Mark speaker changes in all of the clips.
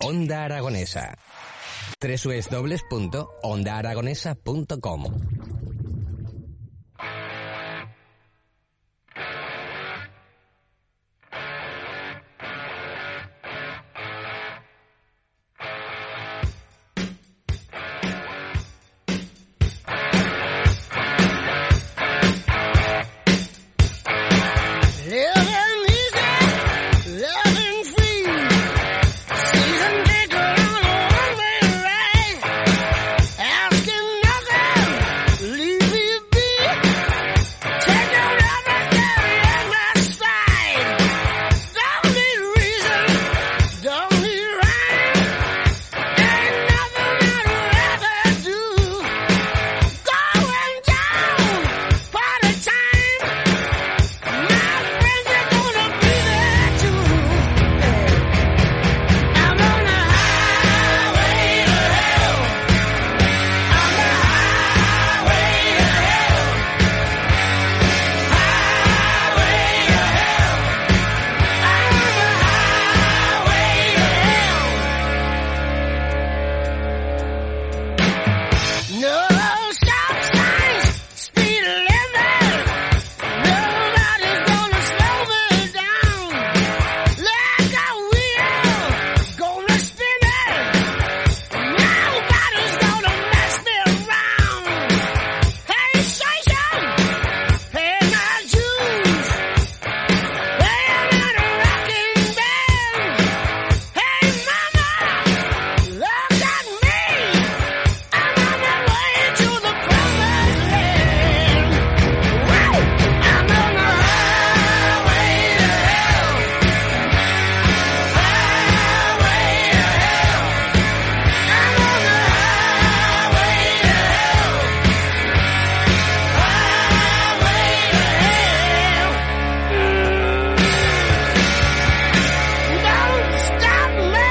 Speaker 1: Onda Aragonesa. www.ondaaragonesa.com
Speaker 2: Living easy, living free. Season ticket on a one-way ride. Asking nothing, leave me be. Take no rubber carry on my spine. Don't need reason, don't need rhyme. Ain't nothing I'd rather do. Going down, party time. No stop signs, speed limit. Nobody's gonna slow me down. Like a wheel, gonna spin it. Nobody's gonna mess me around. Hey, station, pay my dues. Hey, I'm in a rocking band. Hey, mama, look at me. I'm on my way to the promised land. Wow! I'm on the highway to hell. Highway to hell. I'm on the highway to hell. Highway to hell. Don't stop me.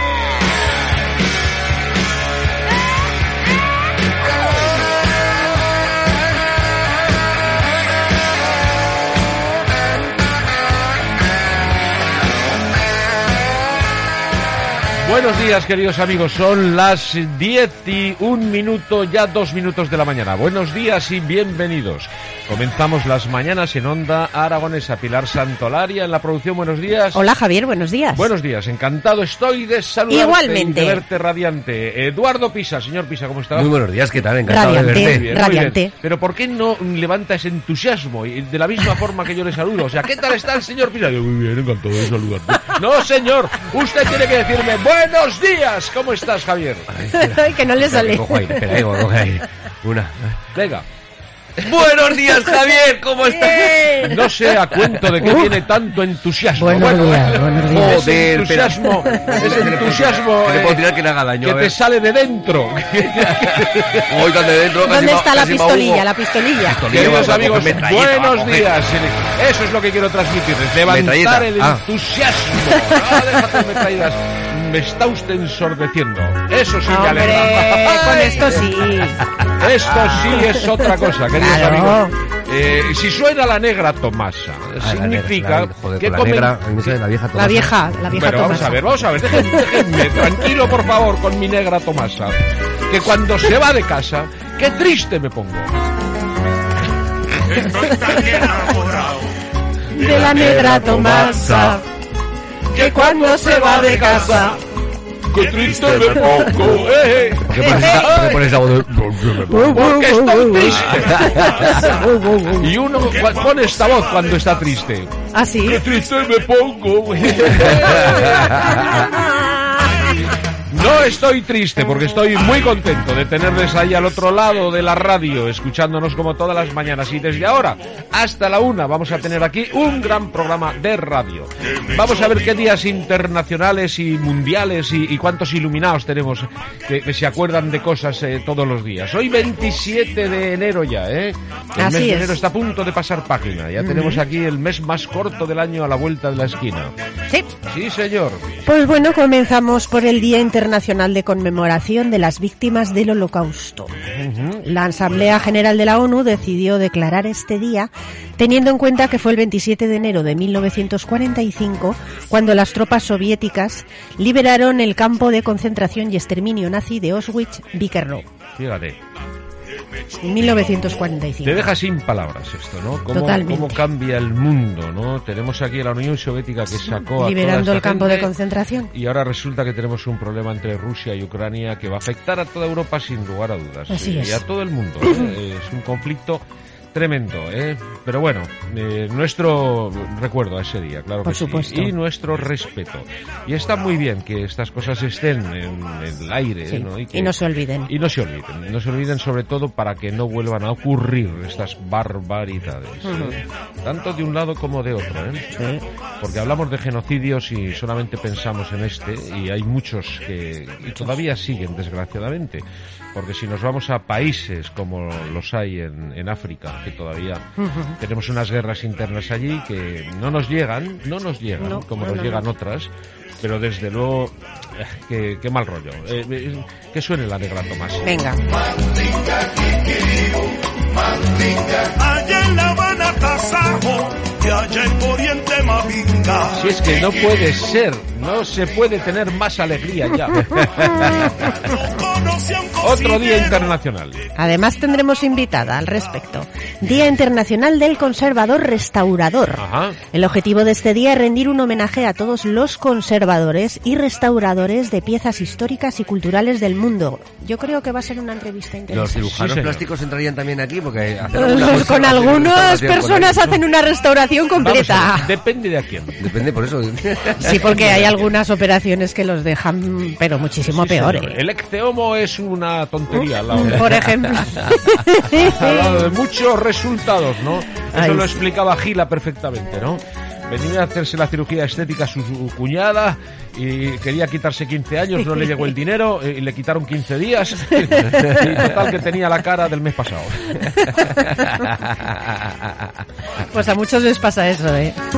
Speaker 3: Buenos días, queridos amigos. Son las 10 y un minuto, ya dos minutos de la mañana. Buenos días y bienvenidos. Comenzamos las mañanas en Onda Aragonesa. Pilar Santolaria en la producción. Buenos días.
Speaker 4: Hola Javier, buenos días.
Speaker 3: Buenos días, encantado estoy de saludarte
Speaker 4: Igualmente.
Speaker 3: y de verte radiante. Eduardo Pisa, señor Pisa, ¿cómo estás?
Speaker 5: Muy buenos días, ¿qué tal? Encantado
Speaker 4: Radiante.
Speaker 5: de
Speaker 3: Muy
Speaker 5: verte.
Speaker 3: bien, muy bien.
Speaker 4: radiante.
Speaker 3: Pero ¿por qué no levanta ese entusiasmo y de la misma forma que yo le saludo? O sea, ¿qué tal está el señor Pisa? Yo, muy bien, encantado de saludarte. No, señor, usted tiene que decirme buenos días. ¿Cómo estás, Javier?
Speaker 4: Ay, que no le
Speaker 5: Espera, que
Speaker 4: sale.
Speaker 5: cojo aire, espera, que cojo aire. Una.
Speaker 3: Venga,
Speaker 5: Buenos días, Javier, ¿cómo estás?
Speaker 3: no sé a cuento de que tiene tanto entusiasmo.
Speaker 4: Buenos días, buenos días.
Speaker 3: Ese
Speaker 5: Joder, espera.
Speaker 3: entusiasmo, ese
Speaker 5: Que le puedo-
Speaker 3: entusiasmo
Speaker 5: que le
Speaker 3: eh,
Speaker 5: puedo tirar que le haga daño,
Speaker 3: que
Speaker 5: a
Speaker 3: te
Speaker 5: ver.
Speaker 3: sale de dentro.
Speaker 5: Oigan de dentro, casi
Speaker 4: ¿Dónde
Speaker 5: ma-
Speaker 4: está la
Speaker 5: casi mahugo.
Speaker 4: pistolilla? La pistolilla.
Speaker 5: Pistolilla,
Speaker 3: Queridos
Speaker 5: vamos a
Speaker 3: amigos,
Speaker 5: coger metralleta, vamos a
Speaker 3: buenos
Speaker 5: coger.
Speaker 3: días. Eso es lo que quiero transmitirles. Levantar
Speaker 5: Metralleta,
Speaker 3: el
Speaker 5: ah.
Speaker 3: entusiasmo. Ah, No, déjate de metralletas. Me está usted ensordeciendo. Eso sí, ya le
Speaker 4: Hombre, con esto sí.
Speaker 3: Esto sí es otra cosa, queridos
Speaker 4: Claro.
Speaker 3: amigos. Eh, si suena la negra Tomasa,
Speaker 5: Ah, la negra,
Speaker 3: significa
Speaker 5: la- joder,
Speaker 3: que
Speaker 5: con la
Speaker 3: comen-
Speaker 5: negra, a mí me sale la vieja
Speaker 4: La
Speaker 5: Tomasa.
Speaker 4: vieja, la vieja
Speaker 3: Pero vamos
Speaker 4: Tomasa.
Speaker 3: a ver, vamos a ver, déjenme, déjenme, tranquilo por favor con mi negra Tomasa, que cuando se va de casa, qué triste me pongo.
Speaker 4: De la negra Tomasa. Que cuando se va de casa.
Speaker 3: Qué triste me pongo, eh. eh.
Speaker 5: ¿Por qué pones esa- por qué pones esa voz de-
Speaker 3: Porque estoy triste. Y uno cua- pone esta voz cuando está triste.
Speaker 4: Así.
Speaker 3: Qué triste me pongo. No estoy triste porque estoy muy contento de tenerles ahí al otro lado de la radio, escuchándonos como todas las mañanas. Y desde ahora hasta la una vamos a tener aquí un gran programa de radio. Vamos a ver qué días internacionales y mundiales y, y cuántos iluminados tenemos que, que se acuerdan de cosas eh, todos los días. Hoy 27 de enero ya, ¿eh? El mes
Speaker 4: Así
Speaker 3: de
Speaker 4: es.
Speaker 3: enero está a punto de pasar página. Ya tenemos aquí el mes más corto del año a la vuelta de la esquina.
Speaker 4: Sí.
Speaker 3: Sí, señor.
Speaker 4: Pues bueno, comenzamos por el Día Internacional de Conmemoración de las Víctimas del Holocausto. La Asamblea General de la ONU decidió declarar este día teniendo en cuenta que fue el 27 de enero de 1945 cuando las tropas soviéticas liberaron el campo de concentración y exterminio nazi de Auschwitz-Birkenau.
Speaker 3: Fíjate.
Speaker 4: En 1945.
Speaker 3: Te deja sin palabras esto, ¿no? ¿Cómo,
Speaker 4: Totalmente.
Speaker 3: cómo cambia el mundo, ¿no? Tenemos aquí a la Unión Soviética que sacó a
Speaker 4: Liberando
Speaker 3: toda esta
Speaker 4: el campo de
Speaker 3: gente
Speaker 4: concentración.
Speaker 3: Y ahora resulta que tenemos un problema entre Rusia y Ucrania que va a afectar a toda Europa sin lugar a dudas.
Speaker 4: Así
Speaker 3: y
Speaker 4: es.
Speaker 3: a todo el mundo. ¿eh? es un conflicto tremendo, ¿eh? Pero bueno, eh, nuestro recuerdo a ese día, claro
Speaker 4: Por
Speaker 3: que sí.
Speaker 4: supuesto.
Speaker 3: Y nuestro respeto. Y está muy bien que estas cosas estén en, el aire,
Speaker 4: Sí.
Speaker 3: ¿no? que-
Speaker 4: Y no se olviden.
Speaker 3: y no se olviden, no se olviden sobre todo para que no vuelvan a ocurrir estas barbaridades. ¿eh? Tanto de un lado como de otro, ¿eh? Porque hablamos de genocidios y solamente pensamos en este y hay muchos que y todavía siguen, desgraciadamente. Porque si nos vamos a países como los hay en, en África, que todavía tenemos unas guerras internas allí que no nos llegan, no nos llegan,
Speaker 4: No,
Speaker 3: como
Speaker 4: no,
Speaker 3: nos
Speaker 4: no,
Speaker 3: llegan
Speaker 4: no.
Speaker 3: otras, pero desde luego, eh, qué, qué mal rollo. Eh, eh, que suene la negra Tomás.
Speaker 4: Venga.
Speaker 6: Allá en La Habana Tasajo y allá en Oriente Mavinga.
Speaker 3: Si es que no puede ser, no se puede tener más alegría ya.
Speaker 6: Yo conocí a un
Speaker 3: Otro día
Speaker 6: cocinero.
Speaker 3: internacional.
Speaker 4: Además tendremos invitada al respecto. Día Internacional del Conservador Restaurador.
Speaker 3: Ajá.
Speaker 4: El objetivo de este día es rendir un homenaje a todos los conservadores y restauradores de piezas históricas y culturales del mundo. Yo creo que va a ser una entrevista
Speaker 5: Los
Speaker 4: interesante.
Speaker 3: Sí,
Speaker 5: cirujanos
Speaker 3: señor.
Speaker 5: plásticos entrarían también aquí porque hacer
Speaker 4: Pues
Speaker 5: alguna
Speaker 4: con
Speaker 5: conservación y
Speaker 4: algunas
Speaker 5: restauración con
Speaker 4: personas
Speaker 5: ellos, ¿no?
Speaker 4: hacen una restauración
Speaker 3: Vamos a ver,
Speaker 4: completa.
Speaker 3: depende de a quién.
Speaker 5: Depende por eso.
Speaker 4: Sí, porque hay algunas operaciones que los dejan, pero muchísimo
Speaker 3: Sí,
Speaker 4: peor.
Speaker 3: señor.
Speaker 4: ¿eh?
Speaker 3: El ecteomo es una tontería. La hora.
Speaker 4: Por ejemplo.
Speaker 3: Ha hablado de muchos resultados, ¿no? Eso
Speaker 4: Ay,
Speaker 3: lo
Speaker 4: sí.
Speaker 3: explicaba Gila perfectamente, ¿no? Venía a hacerse la cirugía estética a su, su cuñada y quería quitarse 15 años, no le llegó el dinero eh, y le quitaron 15 días. Y total que tenía la cara del mes pasado.
Speaker 4: Pues a muchos les pasa eso, ¿eh?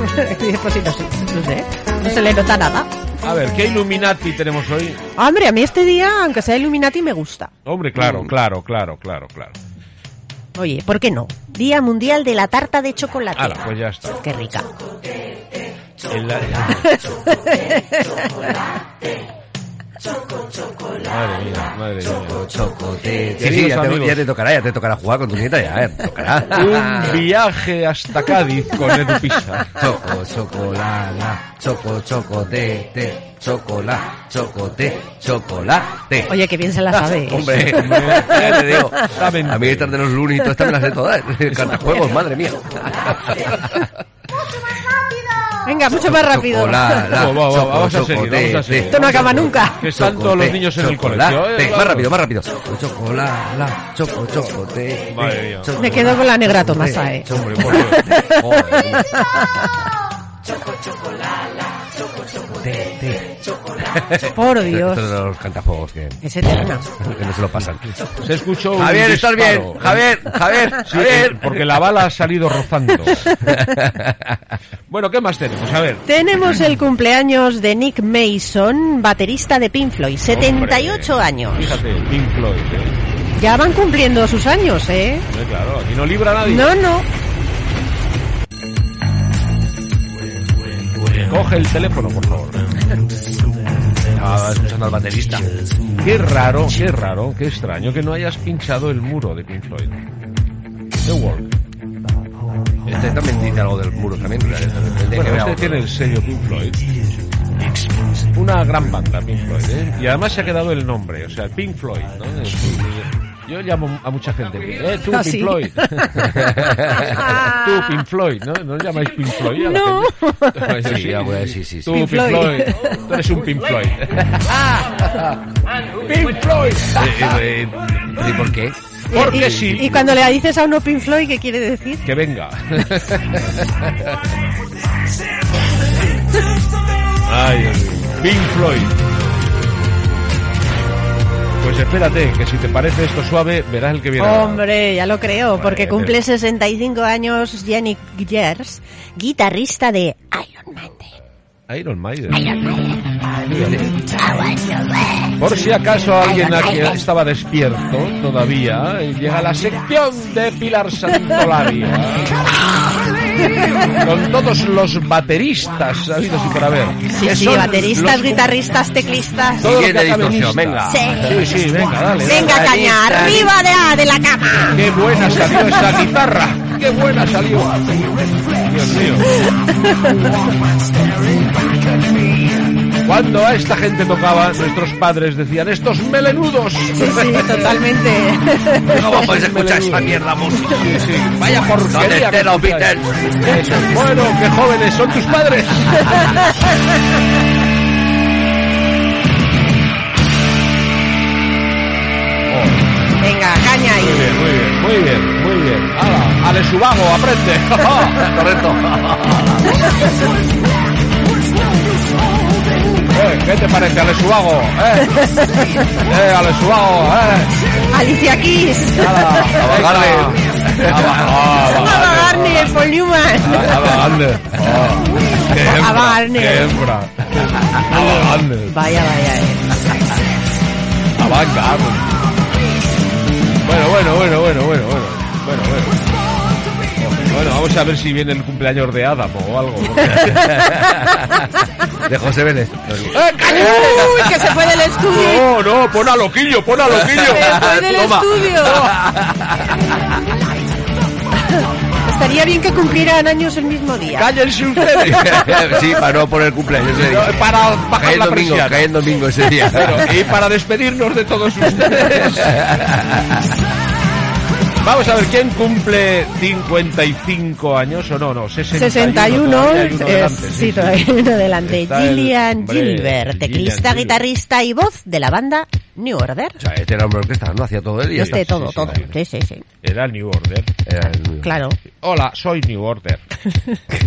Speaker 4: Pues sí, no, sé, no sé, no se le nota nada.
Speaker 3: A ver, ¿qué Illuminati tenemos hoy?
Speaker 4: Hombre, a mí este día, aunque sea Illuminati, me gusta.
Speaker 3: Hombre, claro, claro, claro, claro, claro.
Speaker 4: Oye, ¿por qué no? Día Mundial de la Tarta de Chocolate.
Speaker 3: Hala, pues ya está.
Speaker 4: Qué rica.
Speaker 3: El- madre mía, madre mía.
Speaker 5: Chocote. Sí,
Speaker 3: Queridos
Speaker 5: sí, ya te,
Speaker 3: amigos.
Speaker 5: ya te tocará, ya te tocará jugar con tu nieta, ya, eh, te tocará.
Speaker 3: Un viaje hasta Cádiz con Edu Pisa.
Speaker 5: Choco, chocolala, choco, chocote, chocolá, chocote, chocolate.
Speaker 4: Oye, qué bien se la sabe.
Speaker 3: oh.
Speaker 4: ¿eh?
Speaker 5: Hombre, ya te digo.
Speaker 3: Exactamente.
Speaker 5: A mí estas de los lunes y todas estas me las sé todas. Cartajuegos, madre mía.
Speaker 4: Venga, mucho más rápido.
Speaker 5: Chocolala,
Speaker 3: Vamos, vamos,
Speaker 5: choco,
Speaker 3: vamos a seguir,
Speaker 5: chocote,
Speaker 3: vamos a seguir.
Speaker 4: Esto no acaba nunca.
Speaker 3: Que están todos los niños en el
Speaker 5: Chocolate.
Speaker 3: colegio. ¿eh?
Speaker 5: Más rápido, más rápido. Chocolala, choco, chocote.
Speaker 3: Madre mía.
Speaker 5: choco-
Speaker 4: Me quedo con la negra Tomasa, eh.
Speaker 5: Hombre, por Dios. Joder.
Speaker 4: Por
Speaker 5: Estos
Speaker 4: Dios.
Speaker 5: son los cantajuegos que,
Speaker 4: Es eterna.
Speaker 5: que no se lo pasan.
Speaker 3: Se escuchó un
Speaker 5: Javier, estás
Speaker 3: disparo.
Speaker 5: bien. Javier, Javier,
Speaker 3: Sí, eh,
Speaker 5: Javier.
Speaker 3: porque la bala ha salido rozando. bueno, ¿qué más tenemos? A ver.
Speaker 4: Tenemos el cumpleaños de Nick Mason, baterista de Pink Floyd, 78
Speaker 3: Hombre,
Speaker 4: años.
Speaker 3: Fíjate, Pink Floyd. ¿eh?
Speaker 4: Ya van cumpliendo sus años, ¿eh?
Speaker 3: Hombre, Claro, aquí no libra a nadie.
Speaker 4: No, no.
Speaker 3: Coge el teléfono, por favor. Ah,
Speaker 5: Estaba escuchando al baterista.
Speaker 3: Qué raro, qué raro, qué extraño que no hayas pinchado el muro de Pink Floyd. The Work.
Speaker 5: Este también dice algo del muro también. claro, el de
Speaker 3: Bueno,
Speaker 5: NBA,
Speaker 3: este
Speaker 5: otro.
Speaker 3: tiene el sello Pink Floyd. Una gran banda, Pink Floyd, ¿eh? Y además se ha quedado el nombre, o sea, Pink Floyd, ¿no? Es- Yo llamo a mucha gente. Eh, tú,
Speaker 4: Ah,
Speaker 3: Pink
Speaker 4: sí. Ah.
Speaker 3: Floyd. tú, Pink Floyd, ¿no? ¿No llamáis Pink Floyd a la
Speaker 4: No.
Speaker 3: gente?
Speaker 5: Sí, alguna
Speaker 3: pues,
Speaker 5: vez sí, sí, sí.
Speaker 3: Tú, Pink
Speaker 4: Pink
Speaker 3: Floyd.
Speaker 4: Floyd.
Speaker 3: Tú eres un Pink Floyd.
Speaker 4: Ah.
Speaker 3: ¡Pink Floyd!
Speaker 5: Eh, eh, ¿Y por qué?
Speaker 4: y,
Speaker 3: Porque
Speaker 4: y-
Speaker 3: sí.
Speaker 4: y cuando le dices a uno Pink Floyd, ¿qué quiere decir?
Speaker 3: Que venga. Ay, Dios mío. Pink Floyd. Pues espérate, que si te parece esto suave, verás el que viene.
Speaker 4: Hombre, ya lo creo, porque
Speaker 3: pero-
Speaker 4: cumple 65 años Yannick Gers, guitarrista de Iron Maiden.
Speaker 3: Iron Maiden. Por si acaso alguien aquí estaba despierto todavía, llega la sección de Pilar Santolaria. Con todos los bateristas sabidos y por haber.
Speaker 4: Sí,
Speaker 3: Que
Speaker 4: sí,
Speaker 3: son
Speaker 4: bateristas,
Speaker 3: los-
Speaker 4: guitarristas, teclistas.
Speaker 3: Todo lo que
Speaker 5: Siguiente
Speaker 3: acabe en
Speaker 5: distorsión,
Speaker 3: ista.
Speaker 5: venga.
Speaker 3: Sí, sí, venga, dale. dale.
Speaker 4: Venga, caña, arriba de, la- de la cama.
Speaker 3: Qué buena salió esa guitarra. Qué buena salió. Dios mío. Cuando a esta gente tocaba, nuestros padres decían, estos melenudos.
Speaker 4: Sí, sí, totalmente.
Speaker 5: ¿Cómo puedes escuchar esa mierda música?
Speaker 3: Vaya
Speaker 5: ¿Dónde
Speaker 3: porquería. que
Speaker 5: estén los
Speaker 3: escucháis.
Speaker 5: Beatles?
Speaker 3: Eso. Bueno, qué jóvenes son tus padres.
Speaker 4: Venga, caña
Speaker 3: Muy
Speaker 4: ahí.
Speaker 3: bien, muy bien, muy bien, muy bien. Ala, Ale Subago, aprende. Correcto. Eh, ¿Qué te parece, Ale Subago? Eh, eh Ale Subago, eh.
Speaker 4: Alicia Keys.
Speaker 3: Ala, a
Speaker 5: Dale.
Speaker 3: A
Speaker 4: Ava Gardner, Paul Newman. A Barney.
Speaker 3: Qué hembra. A Barney.
Speaker 4: Vaya, vaya, eh.
Speaker 3: A Barney. Bueno, bueno, bueno, bueno, bueno, bueno. Bueno, bueno. Bueno, vamos a ver si viene el cumpleaños de Adam o algo.
Speaker 5: De José Vélez.
Speaker 3: ¡Eh,
Speaker 4: Uy, que se fue del estudio.
Speaker 3: No, ¡Oh, no, pon a loquillo, pon a loquillo.
Speaker 4: Se fue del estudio. Estaría bien que cumplieran años el mismo día.
Speaker 3: Cállense ustedes.
Speaker 5: sí, para no poner cumpleaños ese día.
Speaker 3: Para bajar
Speaker 5: Cae el
Speaker 3: la
Speaker 5: domingo,
Speaker 3: presión.
Speaker 5: cae el domingo ese día.
Speaker 3: Bueno, y para despedirnos de todos ustedes. Vamos a ver quién cumple 55 años o no, no, 61. todavía
Speaker 4: 61,
Speaker 3: hay uno
Speaker 4: es-
Speaker 3: delante,
Speaker 4: eh, sí, todavía hay uno delante.
Speaker 3: Está el-
Speaker 4: Gillian
Speaker 3: hombre,
Speaker 4: Gilbert, teclista,
Speaker 3: Gillian
Speaker 4: guitarrista y voz de la banda New Order.
Speaker 5: O sea, este era hombre orquesta, ¿no? Hacía todo el día.
Speaker 4: Este todo,
Speaker 3: sí,
Speaker 4: todo.
Speaker 3: sí.
Speaker 4: Sí, sí, sí.
Speaker 3: Era el New Order.
Speaker 5: Era el-
Speaker 4: Claro,
Speaker 3: Hola, soy New Order.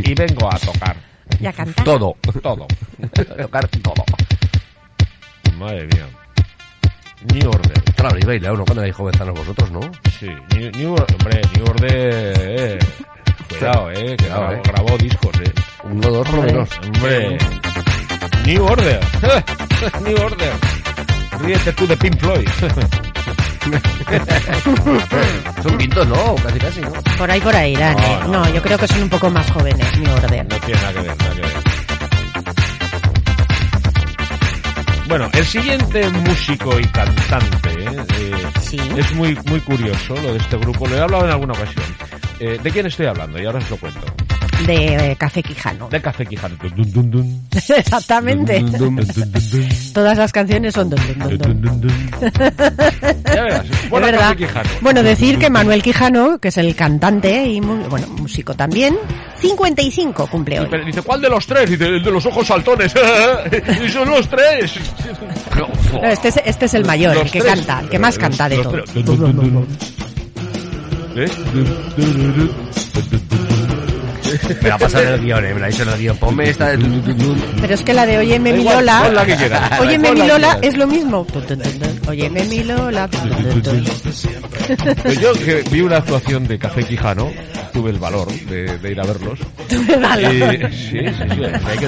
Speaker 3: Y vengo a tocar
Speaker 4: ya canta.
Speaker 5: Todo.
Speaker 3: todo.
Speaker 5: Tocar todo.
Speaker 3: Madre mía. New Order.
Speaker 5: Claro, y baila uno cuando erais jovenzanos vosotros, ¿no?
Speaker 3: Sí, New, New- hombre, New Order. eh. Cuidado, eh, que
Speaker 5: Cuidado,
Speaker 3: grabó,
Speaker 5: eh.
Speaker 3: grabó discos, eh.
Speaker 5: Uno, dos por lo menos.
Speaker 3: Hombre. New Order. New Order. Ríete tú de Pink Floyd.
Speaker 5: Son quintos, ¿no? Casi casi, ¿no?
Speaker 4: Por ahí, por ahí irán.
Speaker 3: No,
Speaker 4: ¿eh?
Speaker 3: no.
Speaker 4: No, yo creo que son un poco más jóvenes, New Order.
Speaker 3: No tiene nada que ver, nada que ver. Bueno, el siguiente músico y cantante eh, eh,
Speaker 4: Sí.
Speaker 3: es muy, muy curioso lo de este grupo. Lo he hablado en alguna ocasión. Eh, ¿De quién estoy hablando? Y ahora os lo cuento.
Speaker 4: De eh, Café Quijano.
Speaker 3: De Café Quijano. Dun, dun, dun.
Speaker 4: Exactamente.
Speaker 3: Dun, dun, dun, dun, dun.
Speaker 4: Todas las canciones son dun, dun, dun, dun.
Speaker 3: Ya verás.
Speaker 4: Es
Speaker 3: Buena
Speaker 4: verdad.
Speaker 3: Café Quijano.
Speaker 4: Bueno, decir que Manuel Quijano, que es el cantante y mu- bueno, músico también, 55 cumple
Speaker 3: Y
Speaker 4: hoy.
Speaker 3: pero dice, ¿cuál de los tres? Dice, el de los ojos saltones. y son los tres. No,
Speaker 4: No, este, es, este es el mayor,
Speaker 3: Los
Speaker 4: el que
Speaker 3: tres.
Speaker 4: canta, el que más
Speaker 3: Los-
Speaker 4: canta de
Speaker 3: los
Speaker 4: todos.
Speaker 3: tres. Dun, dun, dun, ¿Eh? dun. ¿Ves?
Speaker 5: Me la pasan en el guión, ¿eh? Me la hizo en el guión. Ponme esta de... dun, dun, dun, dun.
Speaker 4: Pero es que la de Óyeme mi
Speaker 3: igual,
Speaker 4: Lola,
Speaker 3: pon la que quieras.
Speaker 4: Óyeme
Speaker 3: Pon
Speaker 4: mi
Speaker 3: la que
Speaker 4: Lola
Speaker 3: quieras.
Speaker 4: es lo mismo. Dun, dun, dun, dun. Óyeme mi Lola. dun, dun, dun, dun.
Speaker 3: Pues yo que vi una actuación de Café Quijano, tuve el valor de, de ir a verlos.
Speaker 4: Vale.
Speaker 3: Y- sí, sí, sí, hay que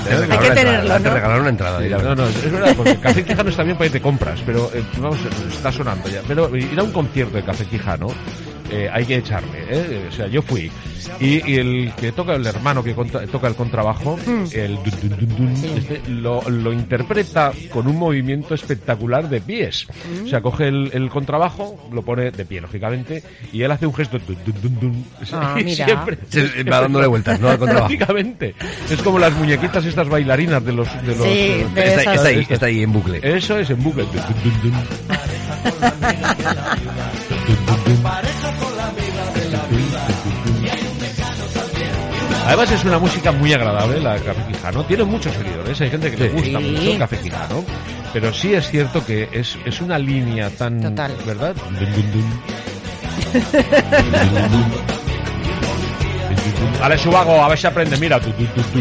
Speaker 3: tener
Speaker 4: que
Speaker 5: Te regalaron una
Speaker 4: tenerlo,
Speaker 5: entrada,
Speaker 4: ¿no?
Speaker 5: Te regalaron una entrada. dile, a ver.
Speaker 3: No, no, es verdad, porque Café Quijano está bien para ir de compras, pero eh, vamos, está sonando ya. Pero eh, ir a un concierto de Café Quijano, eh, hay que echarle, ¿eh? O sea, yo fui. Y, y el que toca, el hermano que contra- toca el contrabajo,
Speaker 4: Mm.
Speaker 3: el dun, dun, dun, dun, este, lo, lo interpreta con un movimiento espectacular de pies. O
Speaker 4: Mm.
Speaker 3: sea, coge el, el contrabajo, lo pone de pie, lógicamente, y él hace un gesto. dun, dun, dun, dun.
Speaker 4: Ah,
Speaker 3: Y
Speaker 4: mira.
Speaker 3: siempre-
Speaker 5: Se- Va dándole vueltas, ¿no? Al contrabajo.
Speaker 3: Prácticamente. Es como las muñequitas estas bailarinas de los... De los eh,
Speaker 4: Sí, de
Speaker 5: Está,
Speaker 4: esas.
Speaker 5: está ahí, está ahí en bucle.
Speaker 3: eso es en bucle. Además es una música muy agradable la Café Quijano. Tiene muchos seguidores, hay gente que le gusta mucho el Café Quijano. Pero sí es cierto que es, es una línea tan...
Speaker 4: Total.
Speaker 3: ¿Verdad? Dun, dun, dun. Vale, subago, a ver si aprende, mira. Tu, tu, tu, tu.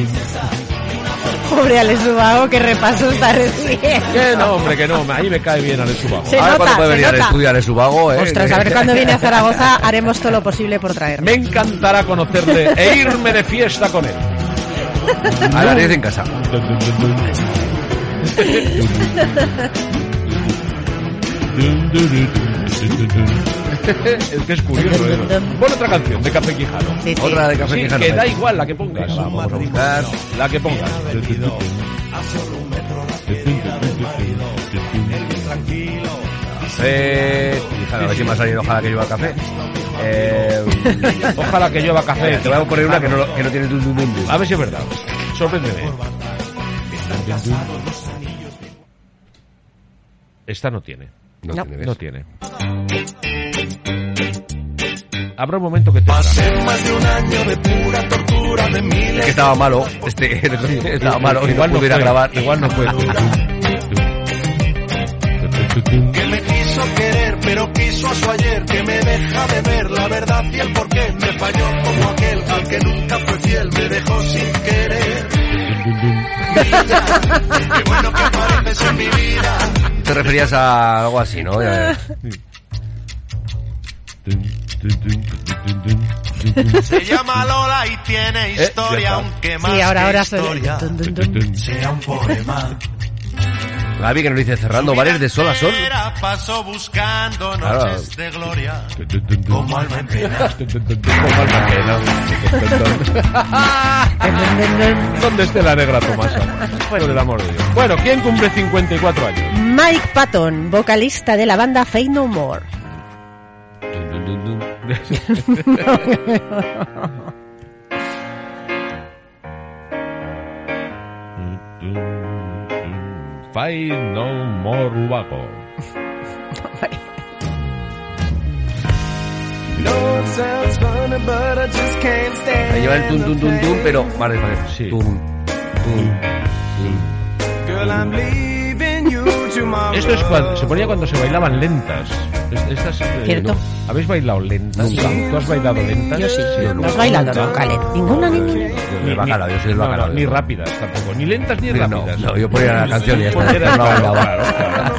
Speaker 4: Pobre Alex Ubago, qué repaso está recibiendo.
Speaker 3: Que no, hombre, que no, ahí me cae bien Ale Subago.
Speaker 4: Se
Speaker 5: Ahora
Speaker 4: nota,
Speaker 5: cuando puede
Speaker 4: se
Speaker 5: venir al
Speaker 4: nota.
Speaker 5: estudio al Subago, eh.
Speaker 4: Ostras, a ver cuando viene a Zaragoza haremos todo lo posible por traerlo.
Speaker 3: Me encantará conocerle e irme de fiesta con él.
Speaker 5: A las 10 en casa.
Speaker 3: Es que es curioso, ¿eh? Pon otra canción de Café Quijano.
Speaker 4: Sí, sí.
Speaker 5: Otra de Café
Speaker 3: Sí,
Speaker 5: Quijano.
Speaker 3: que da igual la que pongas.
Speaker 5: Vamos a buscar.
Speaker 3: La que pongas.
Speaker 5: Eh, Quijano, a ver si me ha salido ojalá que lleva café. Eh,
Speaker 3: Ojalá que llueva café.
Speaker 5: te voy a poner una que no, lo- que no tiene dun, dun, dun, dun.
Speaker 3: A ver si es verdad. Sorpréndeme. Esta no tiene.
Speaker 5: No, tiene, ¿ves?
Speaker 3: No tiene. Habrá un momento que te.
Speaker 5: Es que estaba malo. Este, el otro día estaba malo. y no pude ir a
Speaker 3: fue,
Speaker 5: grabar.
Speaker 3: Igual no fue.
Speaker 7: Que me quiso querer, pero quiso a su ayer. Que me deja de ver la verdad y el porqué. Me falló como aquel al que nunca fue fiel. Me dejó sin querer. Mira, qué bueno que pareces en mi vida.
Speaker 5: Te referías a algo así, ¿no? Ya-
Speaker 7: Se llama Lola y
Speaker 5: Eh,
Speaker 7: tiene historia,
Speaker 3: está.
Speaker 7: aunque más
Speaker 4: Sí, ahora,
Speaker 7: que
Speaker 4: ahora suena.
Speaker 7: historia.
Speaker 4: Dun, dun, dun.
Speaker 7: Sea un poema.
Speaker 5: Gaby que nos dice cerrando bares de sol a sol.
Speaker 7: Entera Pasó buscando
Speaker 5: Claro.
Speaker 7: noches de gloria. Como alma en pena.
Speaker 3: ¿Dónde esté la negra Tomasa? Bueno, del amor de Dios. Bueno, ¿quién cumple 54 años?
Speaker 4: Mike Patton, vocalista de la banda Fade No More.
Speaker 3: Fight no more Ubago.
Speaker 5: Ahí lleva el tun tun tun tun, pero vale, vale.
Speaker 3: Sí.
Speaker 5: Tun, tun, tun.
Speaker 3: Esto es cuando, se ponía cuando se bailaban lentas. Es- Estas, eh,
Speaker 4: Cierto. Ah,
Speaker 3: ¿no? ¿Habéis bailado lentas? ¿Tú has bailado lentas? Yo sí.
Speaker 4: No has bailado nunca, Len. Ninguna niña.
Speaker 5: Yo soy el bacalao, yo soy el
Speaker 3: no, no,
Speaker 5: bacalao.
Speaker 3: ni rápidas tampoco. Ni lentas ni
Speaker 5: No,
Speaker 3: rápidas.
Speaker 5: no, yo ponía la canción y ya está.
Speaker 3: Porque era-
Speaker 5: No,
Speaker 3: claro,
Speaker 5: no, no.
Speaker 3: claro, claro.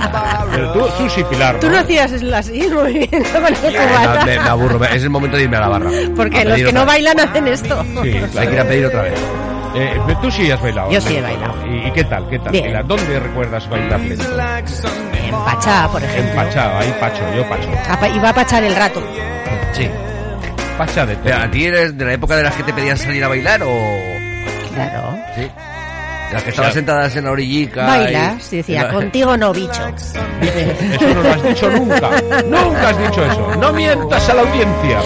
Speaker 3: Pero tú, tú sí, Pilar.
Speaker 4: Tú no hacías eso así, muy bien, con el
Speaker 5: Eh,
Speaker 4: cubata.
Speaker 5: Me, me aburro, me- es el momento de irme a la barra. A
Speaker 4: Porque los
Speaker 5: pedir
Speaker 4: que no
Speaker 5: otra vez.
Speaker 4: bailan hacen esto.
Speaker 3: Sí,
Speaker 5: Hay
Speaker 3: claro.
Speaker 5: que ir a pedir otra vez.
Speaker 3: Eh, pero tú sí has bailado.
Speaker 4: Yo sí he
Speaker 3: lentas, ¿no?
Speaker 4: bailado.
Speaker 3: ¿Y, y qué tal? ¿Qué tal?
Speaker 4: Bien.
Speaker 3: Pilar? ¿Dónde recuerdas bailar lentas?
Speaker 4: En Pachá, por ejemplo.
Speaker 3: En Pachá, ahí Pacho, yo Pacho.
Speaker 4: A pa- Y va a pachar el rato.
Speaker 5: Sí.
Speaker 3: Pacha de todo.
Speaker 5: Pero, Eh, ¿A ti eres de la época de las que te pedían salir a bailar o...?
Speaker 4: Claro.
Speaker 5: Sí. De las que estaban sentadas en la orillica.
Speaker 4: Bailas,
Speaker 5: y-
Speaker 4: y decía,
Speaker 5: No,
Speaker 4: contigo no, bicho.
Speaker 3: Eso no lo has dicho nunca. Nunca has dicho eso. No mientas a la audiencia.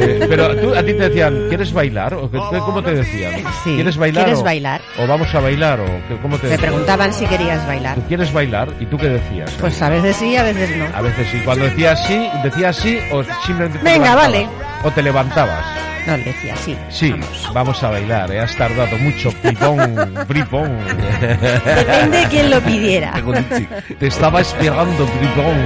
Speaker 3: Eh, pero tú, a ti te decían, ¿quieres bailar? ¿O qué- qué- ¿Cómo te decían?
Speaker 4: Sí.
Speaker 3: ¿Quieres bailar?
Speaker 4: ¿Quieres
Speaker 3: o,
Speaker 4: bailar?
Speaker 3: ¿O vamos a bailar? ¿O qué- cómo te
Speaker 4: Me
Speaker 3: decían?
Speaker 4: preguntaban si querías bailar.
Speaker 3: ¿Tú ¿Quieres bailar? ¿Y tú qué decías?
Speaker 4: Pues a veces sí, a veces no.
Speaker 3: A veces sí. Cuando decías sí, decías sí o simplemente te
Speaker 4: Venga,
Speaker 3: levantabas.
Speaker 4: vale.
Speaker 3: O te levantabas.
Speaker 4: No, le decía sí.
Speaker 3: Sí, vamos, a bailar. ¿eh? Has tardado mucho, pibón, bribón.
Speaker 4: Depende de quién lo pidiera.
Speaker 3: Te estaba esperando, bribón.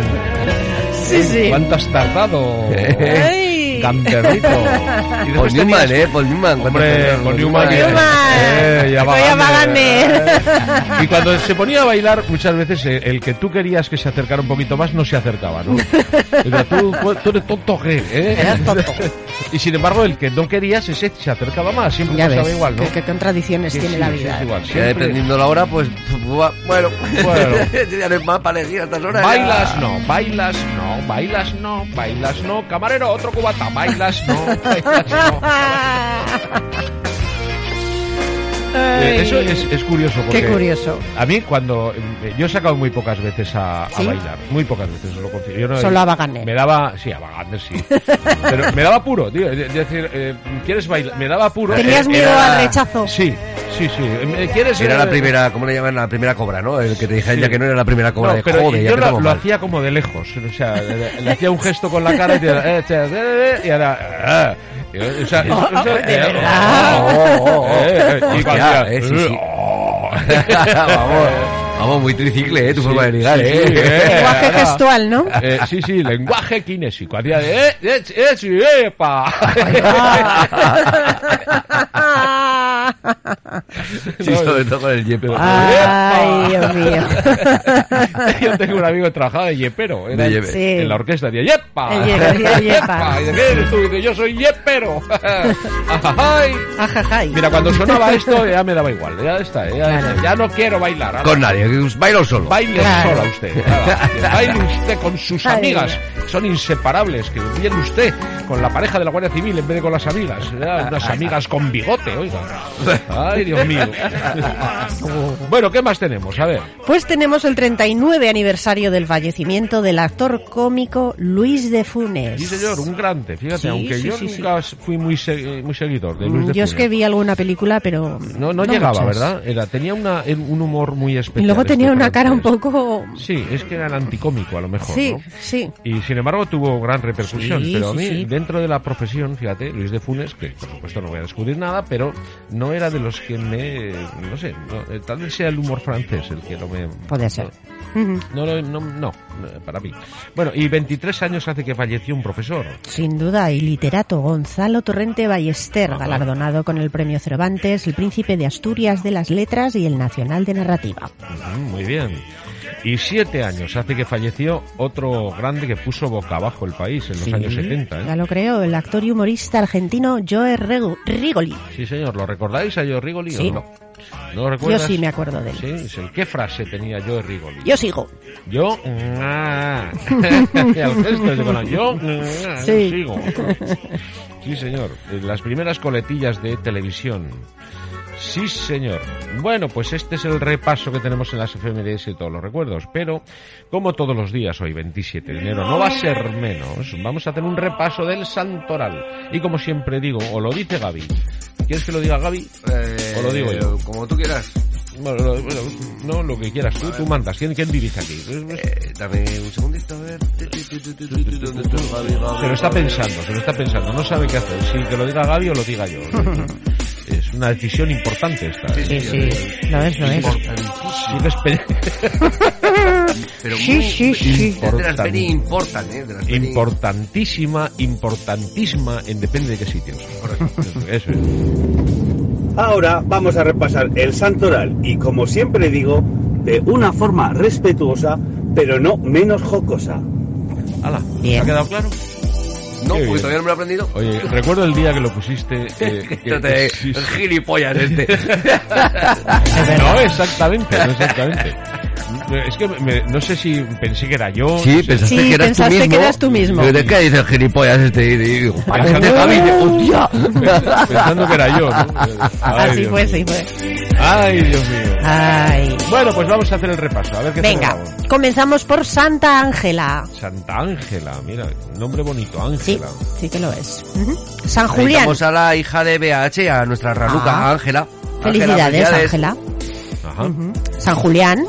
Speaker 4: Sí, sí.
Speaker 3: ¿Cuánto has tardado?
Speaker 4: Ay.
Speaker 3: Gamberrito. Y
Speaker 5: Paul
Speaker 3: después
Speaker 5: Newman,
Speaker 3: tenías-
Speaker 5: eh, Paul Newman. cuando
Speaker 3: Hombre,
Speaker 5: empezaron
Speaker 3: con
Speaker 5: los
Speaker 3: Newman.
Speaker 5: Newman,
Speaker 4: Newman.
Speaker 3: eh, ya va
Speaker 4: Voy a
Speaker 3: Wagner.
Speaker 4: Wagner.
Speaker 3: Y cuando se ponía a bailar, muchas veces eh, el que tú querías que se acercara un poquito más no se acercaba, ¿no? Era, tú, pues, tú eres tonto, ¿qué? ¿eh?
Speaker 4: Eras tonto.
Speaker 3: Y sin embargo, el que no querías ese se acercaba más. Siempre
Speaker 4: Ya
Speaker 3: pasaba
Speaker 4: ves,
Speaker 3: igual, ¿no?
Speaker 4: qué, qué contradicciones
Speaker 3: Sí,
Speaker 4: tiene
Speaker 3: sí,
Speaker 4: la
Speaker 3: sí,
Speaker 4: vida. ¿eh?
Speaker 3: es igual.
Speaker 5: Ya
Speaker 3: Siempre
Speaker 5: dependiendo la hora, pues... Bueno.
Speaker 3: Bueno.
Speaker 5: ya no es más para elegir a estas horas. ya.
Speaker 3: Bailas no, bailas no, bailas no, bailas no. Camarero, otro cubata, bailas no, bailas no.
Speaker 4: Ah.
Speaker 3: Eh, Eso es, es curioso. Porque
Speaker 4: Qué curioso.
Speaker 3: A mí cuando... eh, Yo he sacado muy pocas veces a, a
Speaker 4: ¿Sí?
Speaker 3: bailar. Muy pocas veces, os lo confieso. Yo no-
Speaker 4: Solo a Wagner.
Speaker 3: Me daba... Sí, a Wagner sí. Pero me daba puro, tío. Es decir, eh, ¿quieres bailar? Me daba puro.
Speaker 4: Tenías
Speaker 3: Eh,
Speaker 4: miedo
Speaker 5: era-
Speaker 4: al rechazo.
Speaker 3: Sí, sí, sí. Eh, ¿Quieres
Speaker 5: Era
Speaker 3: eh,
Speaker 5: la primera, ¿cómo le llaman? La primera cobra, ¿no? El que te dije ya que no era la primera cobra
Speaker 3: No,
Speaker 5: de
Speaker 3: pero
Speaker 5: joder, ya
Speaker 3: yo lo,
Speaker 5: empezamos
Speaker 3: lo
Speaker 5: mal.
Speaker 3: hacía como de lejos, o sea, le, le- le hacía un gesto con la cara y, te- eh, te- eh, eh, y ahora... ah, y, o sea, o sea, eh,
Speaker 5: verdad.
Speaker 3: oh, oh, oh, eh, eh, y
Speaker 5: Hostia,
Speaker 3: cuando-
Speaker 5: eh, sí, sí.
Speaker 3: oh.
Speaker 5: vamos, vamos, muy tricicle, ¿eh? Tu forma de ligar,
Speaker 3: sí,
Speaker 5: ¿eh?
Speaker 3: sí, eh.
Speaker 4: Lenguaje
Speaker 3: ahora.
Speaker 4: gestual, ¿no?
Speaker 3: Eh, sí, sí, lenguaje kinésico. Hacía de... Eh, eh, eh, sí, epa.
Speaker 5: Sí, sobre todo con el yepe.
Speaker 3: Ah.
Speaker 4: Ay, Dios mío.
Speaker 3: Yo tengo un amigo que trabajaba de yepero. Era
Speaker 5: De
Speaker 3: en-
Speaker 5: yepe.
Speaker 4: Sí.
Speaker 3: En la orquesta decía ¡Yepa!
Speaker 4: El yepe, decía, "Yepa".
Speaker 3: ¿Y de qué eres tú? Y dice, yo soy yepero. Ajajay.
Speaker 4: Ajajay.
Speaker 3: Mira, cuando sonaba esto ya me daba igual, ya está, ya, ya no quiero bailar. ahora
Speaker 5: Con nadie, que bailo solo.
Speaker 3: Baile
Speaker 4: Claro.
Speaker 3: sola usted. nada, que Baile usted con sus
Speaker 4: Ay,
Speaker 3: amigas. Son inseparables. Que viene usted con la pareja de la Guardia Civil en vez de con las amigas. ya, Unas amigas con bigote, oiga. Ay, Dios mío. Bueno, ¿qué más tenemos? A ver.
Speaker 4: Pues tenemos el 39 aniversario del fallecimiento del actor cómico Luis de Funes. Mm,
Speaker 3: Sí, señor, un grande. Fíjate,
Speaker 4: Sí,
Speaker 3: aunque
Speaker 4: sí,
Speaker 3: yo
Speaker 4: sí, sí.
Speaker 3: nunca fui muy, se- eh, muy seguidor de Luis
Speaker 4: Mm,
Speaker 3: de
Speaker 4: Yo es que
Speaker 3: Funes.
Speaker 4: vi alguna película, pero
Speaker 3: No, no, llegaba,
Speaker 4: muchas.
Speaker 3: ¿verdad? Era, tenía una, un humor muy especial.
Speaker 4: Y luego
Speaker 3: este
Speaker 4: tenía una
Speaker 3: Frank
Speaker 4: cara un
Speaker 3: Funes.
Speaker 4: poco...
Speaker 3: Sí, es que era el anticómico a lo mejor.
Speaker 4: Sí,
Speaker 3: ¿no?
Speaker 4: sí.
Speaker 3: Y sin embargo tuvo gran repercusión,
Speaker 4: Sí,
Speaker 3: pero a
Speaker 4: sí,
Speaker 3: mí
Speaker 4: sí.
Speaker 3: dentro de la profesión, fíjate, Luis de Funes, que por supuesto no voy a descubrir nada, pero no era de los que me, no sé, no, eh, tal vez sea el humor francés el que no me...
Speaker 4: Puede ser. Ujú.
Speaker 3: No, no, no, no, no, para mí. Bueno, y 23 años hace que falleció un profesor.
Speaker 4: Sin duda, y literato Gonzalo Torrente Ballester, galardonado con el Premio Cervantes, el Príncipe de Asturias de las Letras y el Nacional de Narrativa.
Speaker 3: Ujú, Muy bien. Y siete años hace que falleció otro grande que puso boca abajo el país en los años 70. ¿eh?
Speaker 4: Ya lo creo, el actor y humorista argentino Joe Regu- Rigoli.
Speaker 3: Sí, señor, ¿lo recordáis a Joe Rigoli
Speaker 4: Sí.
Speaker 3: o no? ¿No lo
Speaker 4: Yo
Speaker 3: recuerdas?
Speaker 4: sí me acuerdo de él.
Speaker 3: Sí, sí. ¿Qué frase tenía Joe Rigoli?
Speaker 4: Yo sigo.
Speaker 3: Yo, ah. Al gesto, se pone, yo, ah,
Speaker 4: Sí.
Speaker 3: sigo. Sí, señor. Eh, Las primeras coletillas de televisión. Sí, señor. Bueno, pues este es el repaso que tenemos en las FMDS y todos los recuerdos. Pero, como todos los días, hoy 27 de enero, no va a ser menos. Vamos a hacer un repaso del Santoral. Y como siempre digo, o lo dice Gaby. ¿Quieres que lo diga Gaby?
Speaker 5: Eh,
Speaker 3: O lo digo yo.
Speaker 5: Como tú quieras.
Speaker 3: Bueno, lo- bueno, no, lo que quieras tú, tú mandas. ¿Quién, quién dirige aquí?
Speaker 5: Eh, dame un segundito, a ver.
Speaker 3: Se lo está pensando, se lo está pensando, no sabe qué hacer, si que lo diga Gaby o lo diga yo. Es una decisión importante esta. ¿eh?
Speaker 4: Sí, sí, lo es, lo es.
Speaker 3: Y despe-
Speaker 5: Pero
Speaker 4: Sí,
Speaker 5: muy-
Speaker 4: sí, sí.
Speaker 5: De las very important, ¿eh? De las very-
Speaker 3: Importantísima, importantísima, en depende de qué sitios. Eso es.
Speaker 8: Ahora vamos a repasar el santoral y como siempre digo, de una forma respetuosa, pero no menos jocosa.
Speaker 3: Ala, ¿te
Speaker 4: Bien.
Speaker 3: ha quedado claro?
Speaker 5: No, pues, eh.
Speaker 3: Qué
Speaker 5: porque
Speaker 3: bien.
Speaker 5: todavía no me lo he aprendido.
Speaker 3: Oye, recuerdo el día que lo pusiste. eh, que-
Speaker 5: Trate-
Speaker 3: sí, sí.
Speaker 5: Gilipollas este.
Speaker 3: No, exactamente, no exactamente. Es que me- no sé si pensé que era yo. no
Speaker 5: Sí,
Speaker 3: sé.
Speaker 5: pensaste
Speaker 4: Sí,
Speaker 5: que eras
Speaker 4: pensaste
Speaker 5: tú
Speaker 4: que
Speaker 5: mismo.
Speaker 4: eras tú mismo.
Speaker 5: Pero ¿de qué dice el gilipollas este? Y digo, para
Speaker 3: Pensando-
Speaker 5: este Javi, dice, hostia.
Speaker 3: pensando que era yo. ¿no? Ay,
Speaker 4: Así
Speaker 3: Dios
Speaker 4: Ah, fue,
Speaker 3: mío.
Speaker 4: así fue.
Speaker 3: Ay, Dios mío.
Speaker 4: Ay.
Speaker 3: Bueno, pues vamos a hacer el repaso, a ver qué
Speaker 4: Ah. Venga,
Speaker 3: tenemos.
Speaker 4: comenzamos por Santa Ángela.
Speaker 3: Santa Ángela, mira, nombre bonito,
Speaker 4: Sí,
Speaker 3: Ángela.
Speaker 4: sí que lo es. Ujú. San Julián.
Speaker 5: Felicitamos a la hija de BH, a nuestra ranuca,
Speaker 4: Ah.
Speaker 5: Ángela.
Speaker 4: Felicidades, Ángela.
Speaker 3: Ajá.
Speaker 4: Ujú. San Julián.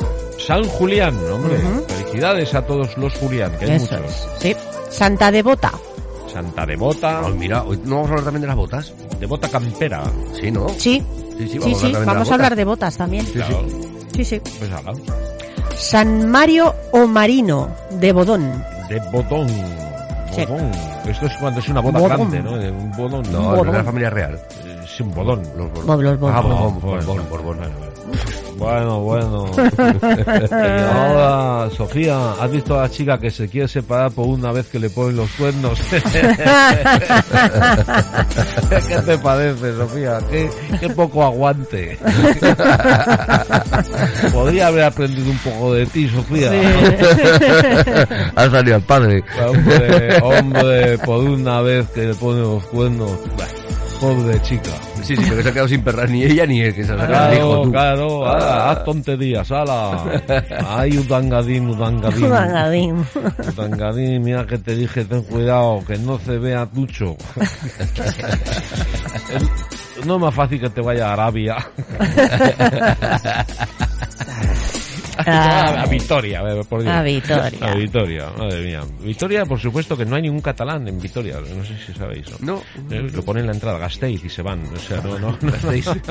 Speaker 3: San Julián, hombre.
Speaker 4: Ujú.
Speaker 3: Felicidades a todos los Julián, que hay
Speaker 4: Eso
Speaker 3: muchos.
Speaker 4: es. Sí. Santa Devota.
Speaker 3: Santa Devota,
Speaker 5: Ay, mira, hoy no vamos a hablar también de las botas.
Speaker 3: Devota Campera.
Speaker 5: Sí, ¿no?
Speaker 4: Sí.
Speaker 5: sí, sí,
Speaker 4: Sí, sí,
Speaker 5: también de las
Speaker 4: vamos
Speaker 5: botas.
Speaker 4: a hablar de botas también.
Speaker 5: Sí,
Speaker 3: Claro,
Speaker 5: sí.
Speaker 4: Sí, sí.
Speaker 3: pues ala.
Speaker 4: San Mario o Marino de Bodón.
Speaker 3: De Botón.
Speaker 4: Sí.
Speaker 3: Bodón. Esto es cuando es una boda
Speaker 4: Bodón.
Speaker 3: grande, ¿no? De Un bodón.
Speaker 5: No,
Speaker 4: Un
Speaker 5: no
Speaker 4: bodón.
Speaker 5: es la familia real.
Speaker 3: Es Eh, un bodón.
Speaker 5: Los
Speaker 4: Bob- los Bob-
Speaker 5: Ah,
Speaker 4: Bob-
Speaker 5: Borbón,
Speaker 3: Bob-
Speaker 5: Borbón, Borbón.
Speaker 3: Bueno, bueno. Y ahora, Sofía, ¿has visto a la chica que se quiere separar por una vez que le ponen los cuernos? ¿Qué te parece, Sofía? ¿Qué, qué poco aguante. Podría haber aprendido un poco de ti, Sofía.
Speaker 5: ha salido al padre.
Speaker 3: Hombre, hombre, por una vez que le ponen los cuernos. Pobre chica.
Speaker 5: Sí, sí, pero que se ha quedado sin perras ni ella ni él, que se la
Speaker 3: Claro,
Speaker 5: dijo tú.
Speaker 3: claro, ala, Ah, haz tonterías, ala. Ay, Udangadín, Udangadín.
Speaker 4: Vagadín.
Speaker 3: Udangadín, mira que te dije, ten cuidado, que no se vea tucho. El- no es más fácil que te vaya a Arabia.
Speaker 4: Ah.
Speaker 3: A Vitoria, eh, por Dios.
Speaker 4: A Vitoria.
Speaker 3: A Vitoria, madre mía. Vitoria, por supuesto que no hay ningún catalán en Vitoria, no sé si sabéis. ¿no?
Speaker 5: No.
Speaker 3: Eh, Lo ponen en la entrada, Gasteiz y se van. O sea, no, no, no.
Speaker 5: Hacéis-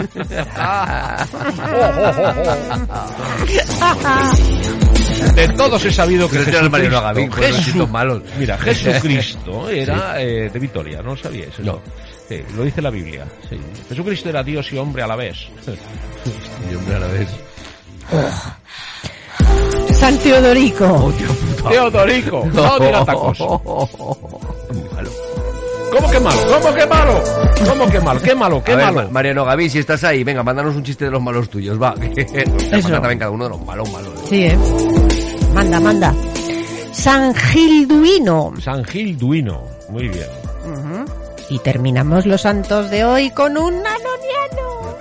Speaker 3: De todos he sabido que
Speaker 5: Pero este tiene el Mario
Speaker 3: Jesucristo-
Speaker 5: Gavín, con los
Speaker 3: Jesús,
Speaker 5: chistes malos.
Speaker 3: Mira, Jesucristo era eh, de Vitoria, ¿no sabíais eso? Sí, lo dice la Biblia. sí. Jesucristo era Dios y hombre a la vez.
Speaker 5: Y hombre, a la vez.
Speaker 4: San Teodorico.
Speaker 3: Teodorico, no diga tacos.
Speaker 5: Malo.
Speaker 3: ¿Cómo que malo? ¿Cómo que malo? ¿Cómo que malo? ¿Qué malo? ¿Qué
Speaker 5: A ver,
Speaker 3: malo?
Speaker 5: Ma- Mariano Gavín, si estás ahí, venga, mándanos un chiste de los malos tuyos, va. Eso. también cada uno de los malos, malos.
Speaker 4: Sí, ¿eh? Manda, manda. San Gilduino.
Speaker 3: San Gilduino. Muy bien.
Speaker 4: Y terminamos los santos de hoy con un anoniano.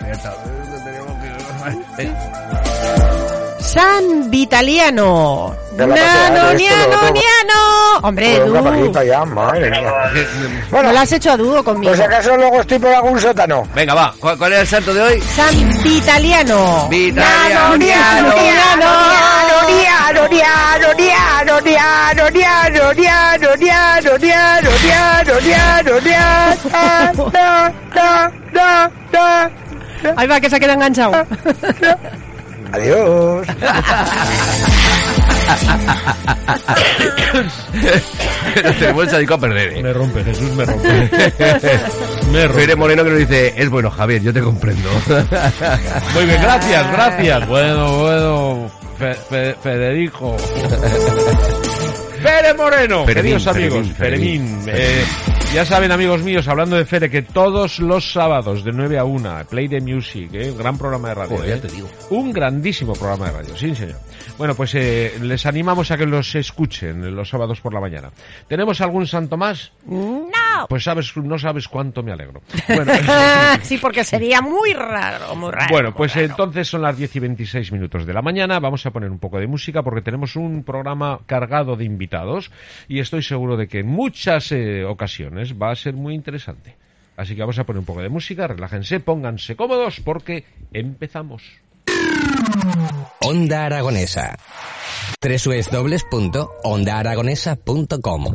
Speaker 4: San Vitaliano.
Speaker 9: Ya la pasé, ¿eh? Esto lo tengo-
Speaker 4: ¡Nanoniano! Hombre,
Speaker 9: Pues una
Speaker 4: Edu,
Speaker 9: pajita ya, madre mía.
Speaker 4: no lo has hecho a dúo conmigo.
Speaker 9: Pues si acaso luego estoy por algún sótano.
Speaker 5: Venga, va. ¿Cuál, cuál era el santo de hoy?
Speaker 4: San Vitaliano.
Speaker 5: Vitaliano.
Speaker 4: Ahí va, que se queda enganchado.
Speaker 9: Adiós.
Speaker 5: Nos tenemos el sádico a perder, eh.
Speaker 3: Me rompe, Jesús me rompe. me rompe.
Speaker 5: Fede Moreno que nos dice, es bueno, Javier, yo te comprendo.
Speaker 3: Muy bien, gracias, gracias. Bueno, bueno, Fe- Fe- Federico. Fere Moreno,
Speaker 5: Fermín,
Speaker 3: queridos amigos,
Speaker 5: Fermín,
Speaker 3: Fermín,
Speaker 5: Fermín.
Speaker 3: eh, ya saben amigos míos, hablando de Fere, que todos los sábados de 9 a 1, Play the Music, eh, gran programa de radio.
Speaker 5: Joder, ya
Speaker 3: eh.
Speaker 5: te digo.
Speaker 3: Un grandísimo programa de radio, sí señor. Bueno, pues eh, les animamos a que los escuchen los sábados por la mañana. ¿Tenemos algún santo más?
Speaker 4: No.
Speaker 3: Pues sabes, no sabes cuánto me alegro. Bueno,
Speaker 4: sí, porque sería muy raro, muy raro.
Speaker 3: Bueno, pues
Speaker 4: muy raro.
Speaker 3: entonces son las 10 y 26 minutos de la mañana. Vamos a poner un poco de música porque tenemos un programa cargado de invitados y estoy seguro de que en muchas eh, ocasiones va a ser muy interesante. Así que vamos a poner un poco de música, relájense, pónganse cómodos porque empezamos.
Speaker 1: Onda Aragonesa. www.ondaaragonesa.com